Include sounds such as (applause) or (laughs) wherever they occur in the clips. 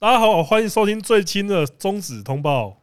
大家好，欢迎收听最新的终止通报。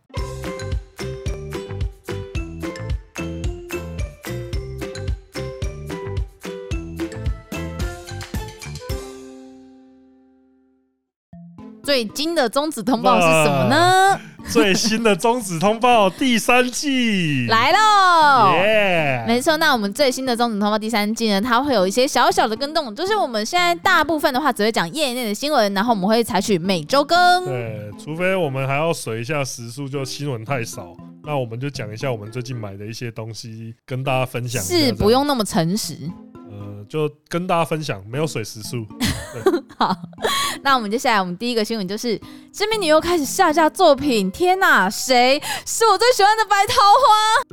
最近的终止通报是什么呢？最新的终止通报第三季 (laughs) 来喽耶没错，那我们最新的《终止通报》第三季呢，它会有一些小小的跟动，就是我们现在大部分的话只会讲业内的新闻，然后我们会采取每周更。对，除非我们还要水一下时速，就新闻太少，那我们就讲一下我们最近买的一些东西，跟大家分享一下。是不用那么诚实。这样，呃，就跟大家分享，没有水时速。好，那我们接下来我们第一个新闻就是知名女优开始下架作品，天哪，谁是我最喜欢的白桃花？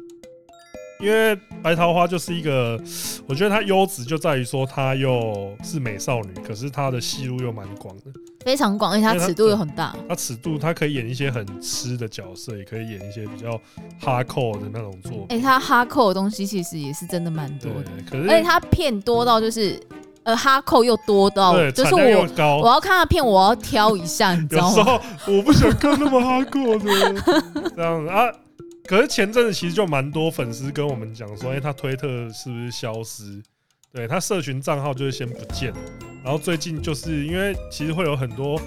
因为白桃花就是一个，我觉得它优质就在于说它又是美少女，可是它的戏路又蛮广的。非常广，而且它因为它尺度又很大。它尺度，它可以演一些很吃的角色，也可以演一些比较哈扣的那种作品。哎、它哈扣的东西其实也是真的蛮多对的。，可而且是他片多到就是，呃，哈扣又多到，对就产是量又我我高，要看他的片，我要挑一下，你知有道时吗？候我不想看那么哈扣的这样啊。可是前阵子其实就蛮多粉丝跟我们讲说，哎、他推特是不是消失？对他社群账号就是先不见，然后最近就是因为其实会有很多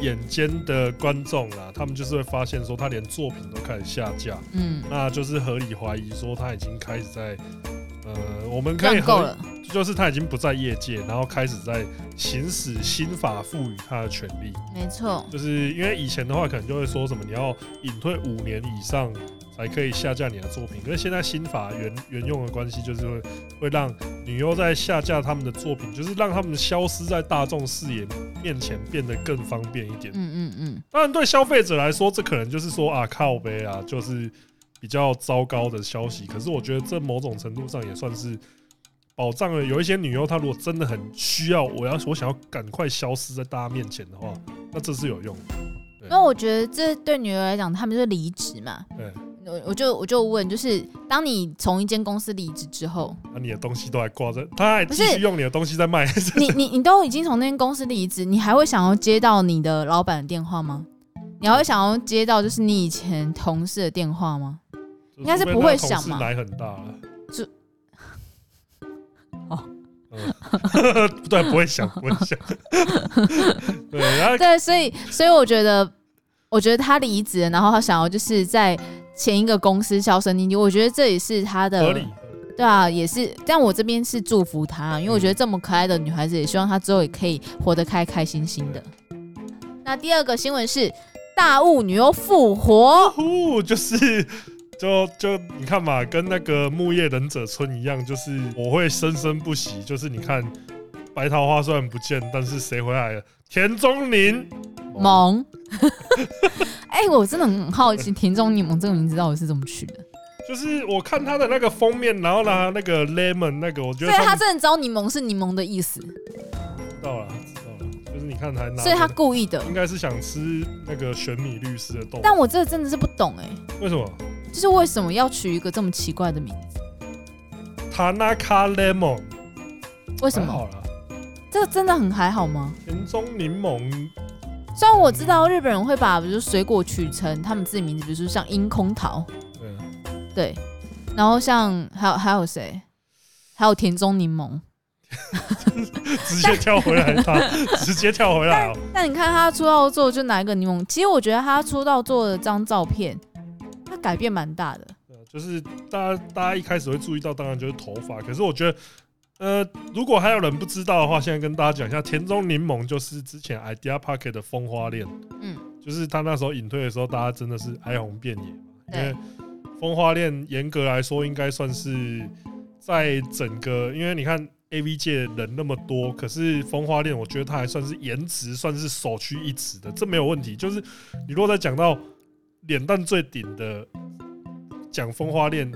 眼尖的观众啦，他们就是会发现说他连作品都开始下架，嗯，那就是合理怀疑说他已经开始在，呃，我 (laughs) 们可以赚够合了，就是他已经不在业界，然后开始在行使新法赋予他的权利，没错，就是因为以前的话可能就会说什么你要隐退五年以上才可以下架你的作品，可是现在新法原原用的关系就是会会让女优在下架他们的作品，就是让他们消失在大众视野面前变得更方便一点。嗯嗯嗯，当然，对消费者来说，这可能就是说啊，靠呗啊，就是比较糟糕的消息。可是我觉得这某种程度上也算是保障了有一些女优，她如果真的很需要，我要我想要赶快消失在大家面前的话，那这是有用的。因为我觉得这对女儿来讲，他们就是离职嘛。对，我我就我就问，就是当你从一间公司离职之后， (laughs) 那、你的东西都还挂在，她还继不续是用你的东西在卖，你你你都已经从那间公司离职，你还会想要接到你的老板的电话吗？你还会想要接到就是你以前同事的电话吗？应该是不会想 (laughs) 嘛嗯奶很大了。就哦 (laughs) 嗯对，不会想，不会想。对，啊然后 (laughs) 对，所以所以我觉得，我觉得他离职了，然后他想要就是在前一个公司销声匿迹，我觉得这也是他合的理。对啊，也是。但我这边是祝福他，因为我嗯觉得这么可爱的女孩子，也希望她之后也可以活得开开心心的。那第二个新闻是大雾女优复哦活，呼， (laughs) 就是就就你看嘛，跟那个木叶忍者村一样，就是我会生生不息。就是你看白桃花虽然不见，但是谁回来了？田中哦绫，萌。 (laughs) 哎、我真的很好奇，田中柠檬这个名字到底是怎么取的？就是我看他的那个封面，然后拿那个 lemon 那个，我觉所得以他他真的知道柠檬是柠檬的意思，知道了，知道了。就是你看还拿着，所以他故意的。应该是想吃那个玄米律师的豆腐。但我这个真的是不懂哎、为什么就是为什么要取一个这么奇怪的名字？ Tanaka lemon？为为什么？好了，这个真的很还好吗？田中柠檬虽然我知道日本人会把比如说水果取成他们自己名字，比如说像樱空桃，对 (laughs) 啊。对，然后像还有还有谁？还有田中柠檬，直接跳回来，他直接跳回来哦、但你看他出道作就拿一个柠檬，其实我觉得他出道作的这张照片，他改变蛮大的。对啊就是大家大家一开始会注意到，当然就是头发。可是我觉得，呃，如果还有人不知道的话，现在跟大家讲一下，田中柠檬就是之前 Idea Pocket 的风花恋，嗯，就是他那时候隐退的时候，大家真的是哀鸿遍野嘛，因为对风花恋严格来说应该算是在整个，因为你看。A V 界人那么多，可是风花恋，我觉得他还算是颜值算是首屈一指的，这没有问题。就是你如果在讲到脸蛋最顶的讲风花恋，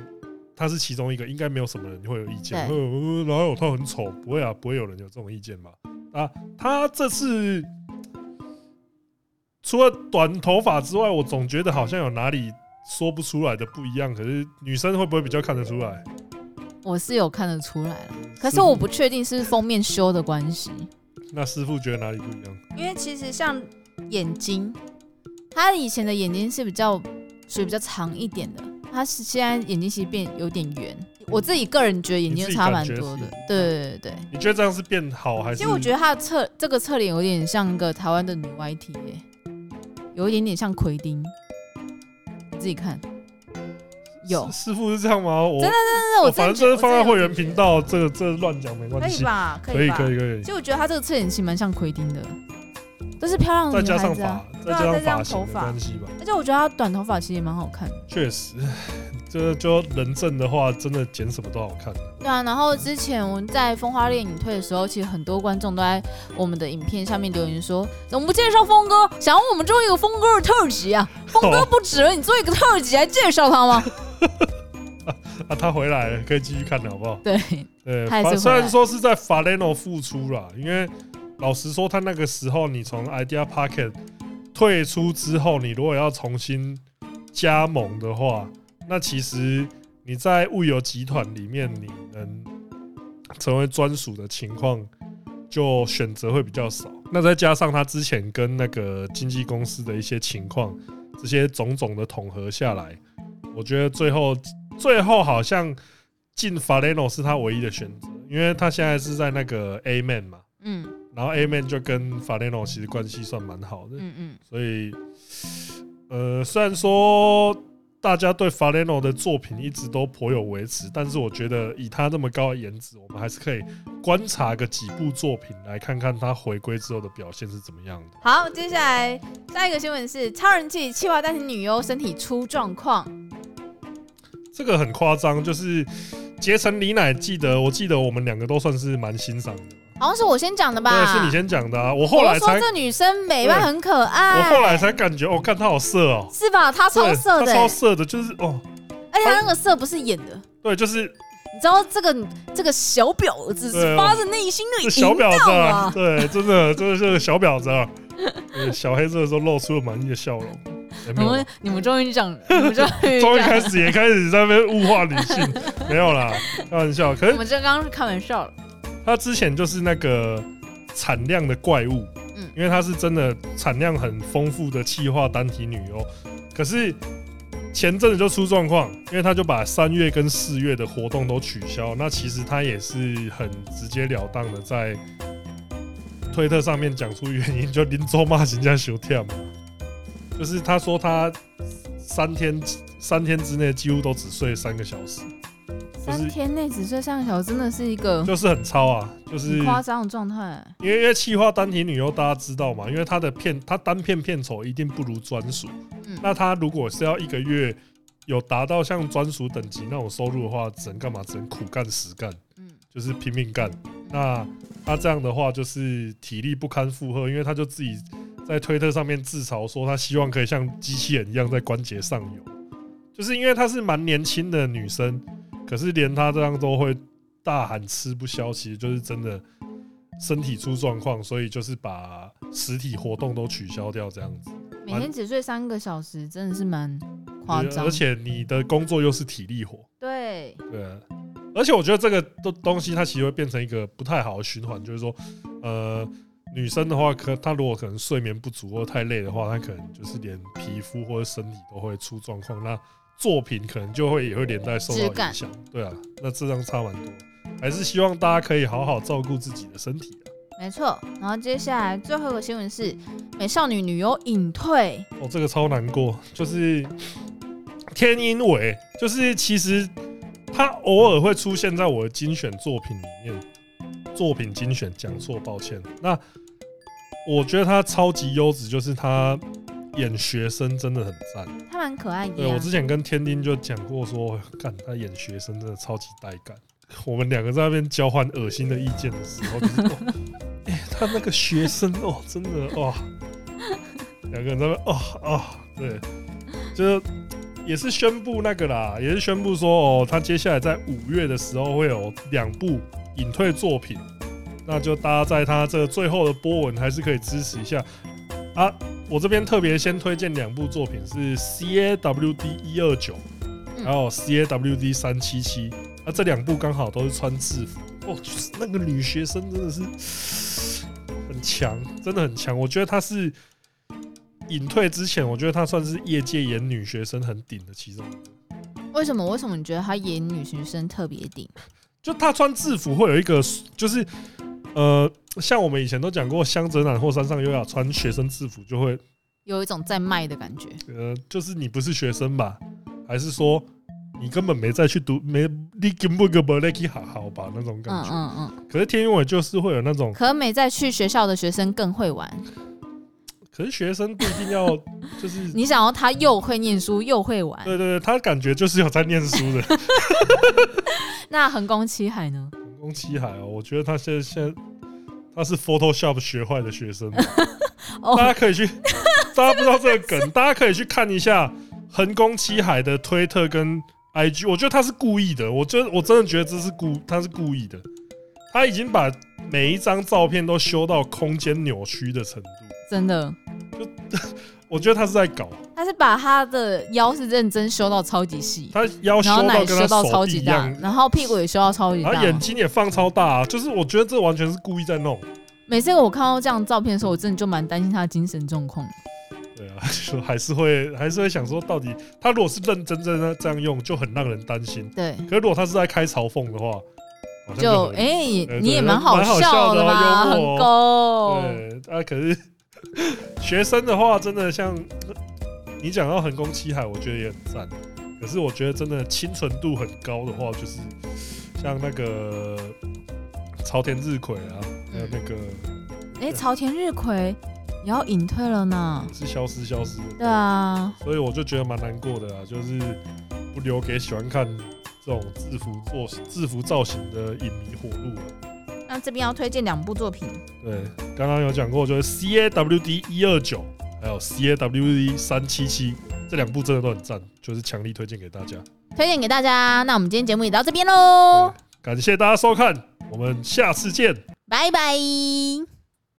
他是其中一个，应该没有什么人会有意见。对呃，然后他很丑，不会啊，不会有人有这种意见吧？啊，他这次除了短头发之外，我总觉得好像有哪里说不出来的不一样。可是女生会不会比较看得出来？我是有看得出来了，可是师傅我不确定是不是封面修的关系，那师傅觉得哪里不一样？因为其实像眼睛，他以前的眼睛是比较属于比较长一点的，他是现在眼睛其实变有点圆。我自己个人觉得眼你睛自己差感蛮觉多是的，对对对。你觉得这样是变好还是？其实我觉得他的侧这个侧脸有点像个台湾的女 YT 耶、有一点点像奎丁，你自己看。有，师师傅是这样吗？我真的但是我我反正真这是的觉放在会员，我真的有频觉得道，这个这个乱讲没关可以系，吧？可以吧可以。可以其，实我觉得她这个侧脸型蛮像奎丁的，都是漂亮的再女加孩上子啊发。，再加对啊上再加上发型头的发关系吧，而且我觉得她短头发其实也蛮好看的。确实， (laughs) 这就人正的话，真的剪什么都好看。对啊，然后之前我们在《风花恋影退》的时候，其实很多观众都在我们的影片下面留言说，怎么不介绍峰哥？想要我们做一个峰哥的特辑啊？峰哥不止了，你做一个特辑还介绍他吗？ (laughs) 啊，他回来了，可以继续看了，好不 (laughs) 好？对，对，他还是反回来虽然说是在法雷诺复出啦，因为老实说，他那个时候你从 Idea Pocket 退出之后，你如果要重新加盟的话，那其实你在物游集团里面，你能成为专属的情况。就选择会比较少，那再加上他之前跟那个经纪公司的一些情况，这些种种的统合下来，我觉得最后最后好像进法雷诺是他唯一的选择，因为他现在是在那个 A man 嘛，嗯然后 A man 就跟法雷诺其实关系算蛮好的，嗯嗯，所以呃，虽然说大家对法雷诺的作品一直都颇有维持，但是我觉得以他那么高的颜值，我们还是可以观察个几部作品来看看他回归之后的表现是怎么样的。好，接下来下一个新闻是超人气气化单身女优身体出状况，这个很夸张，就是结成李乃，记得我记得我们两个都算是蛮欣赏的。好像是我先讲的吧？对，是你先讲的啊！我后来我说才，这女生美吧，对很可爱。我后来才感觉，哦，看他好色哦，是吧？她哎超对色的他欸、超色的，就是哦，而且她那个色不是演的。对，就是你知道这个这个小婊子对是哦发自内心这的小婊子啊啊，对，真的，真的是小婊子 (laughs) 啊。对小黑这个时候露出了满意的笑容，也没有你啦们，嗯你们终于 (laughs) 讲，你们终 (laughs) 于终于讲，开始也开始在那边物化女 (laughs) 性，没有啦，开玩笑。可我是们这刚刚是开玩笑了。他之前就是那个产量的怪物，嗯因为他是真的产量很丰富的气化单体女优，可是前阵子就出状况，因为他就把三月跟四月的活动都取消，那其实他也是很直截了当的在推特上面讲出原因，就林州骂人家休跳嘛，就是他说他三天三天之内几乎都只睡三个小时，三天内只睡三个小时，真的是一个就是很超啊，就是嗯很夸张的状态。因为因为气化单体女优大家知道嘛，因为她的片她单片片酬一定不如专属，嗯那她如果是要一个月有达到像专属等级那种收入的话，只能干嘛？只能苦干实干，嗯，就是拼命干。那她这样的话就是体力不堪负荷，因为她就自己在推特上面自嘲说，她希望可以像机器人一样在关节上游，就是因为她是蛮年轻的女生，可是连她这样都会大喊吃不消，其实就是真的身体出状况，所以就是把实体活动都取消掉这样子。每天只睡三个小时，真的是蛮夸张。而且你的工作又是体力活，对，对啊，而且我觉得这个东东西它其实会变成一个不太好的循环，就是说，呃，女生的话，可她如果可能睡眠不足或太累的话，她可能就是连皮肤或者身体都会出状况，那作品可能就会也会连带受到质影感响。对啊，那这样差蛮多，还是希望大家可以好好照顾自己的身体啊。没错。然后接下来最后一个新闻是美少女女优隐退，哦，这个超难过，就是天音伟，就是其实他偶尔会出现在我的精选作品里面，作品精选讲错，抱歉。那我觉得他超级优质，就是他演学生真的很赞。她蛮可爱的对我呀。之前跟天丁就讲过说，干他演学生真的超级带感。我们两个在那边交换恶心的意见的时候，就是、 (laughs) 哦哎他那个学生哦，真的哦，两个人在那边哦哦，对，就是也是宣布那个啦，也是宣布说哦，他接下来在五月的时候会有两部隐退作品，那就大家在他这个最后的波纹还是可以支持一下啊。我这边特别先推荐两部作品是 CAWD 一二九，嗯还有 CAWD 三七七。那这两部刚好都是穿制服，哦，就是那个女学生真的是很强，真的很强。我觉得她是隐退之前，我觉得她算是业界演女学生很顶的其中一个。为什么？为什么你觉得她演女学生特别顶？就她穿制服会有一个，就是呃，像我们以前都讲过，香泽南或山上优雅穿学生制服就会，有一种在卖的感觉。呃，就是你不是学生吧？还是说你根本没再去读，没你根本就没来去好好吧那种感嗯觉？嗯嗯。可是天韵伟就是会有那种，可美在去学校的学生更会玩。可是学生不一 (laughs) 定要就是你想要她又会念书又会玩，对对对，他感觉就是有在念书的。那横宫七海呢？宫七海哦，我觉得他现在现在他是 Photoshop 学坏的学生，哦大家可以 (laughs) 去，大家不知道这个梗，大家可以去看一下横宫七海的推特跟 IG，我觉得他是故意的，我真我真的觉得这是故他是故意的，他已经把每一张照片都修到空间扭曲的程度，真的，我觉得他是在搞，她是把她的腰是认真修到超级细，他腰修然后奶到修跟他到手超臂级一大样，。然后屁股也修到超级然大后。眼睛也放超大、啊，就是我觉得这完全是故意在弄。每次我看到这样的照片的时候，我真的就蛮担心她的精神状况的。对啊， (laughs) 就还是会还是会想说，到底他如果是认真真的这样用，就很让人担心。对，可是如果他是在开嘲讽的话，好像就合哎、理也对你也对蛮好蛮好笑的的啊嘛，幽很默够。对啊，可是学生的话，真的像你讲到横宫七海，我觉得也很赞。可是我觉得真的清纯度很高的话，就是像那个朝田日葵啊，还有那个哎、朝田日葵也要隐退了呢。是消失消失。对啊，所以我就觉得蛮难过的啊，就是不留给喜欢看这种制服做制服造型的影迷活路、啊。那这边要推荐两部作品，对，刚刚有讲过，就是 C A W D 一二九，还有 C A W D 三七七这两部真的都很赞，就是强力推荐给大家。推荐给大家。那我们今天节目也到这边喽，感谢大家收看，我们下次见。拜拜。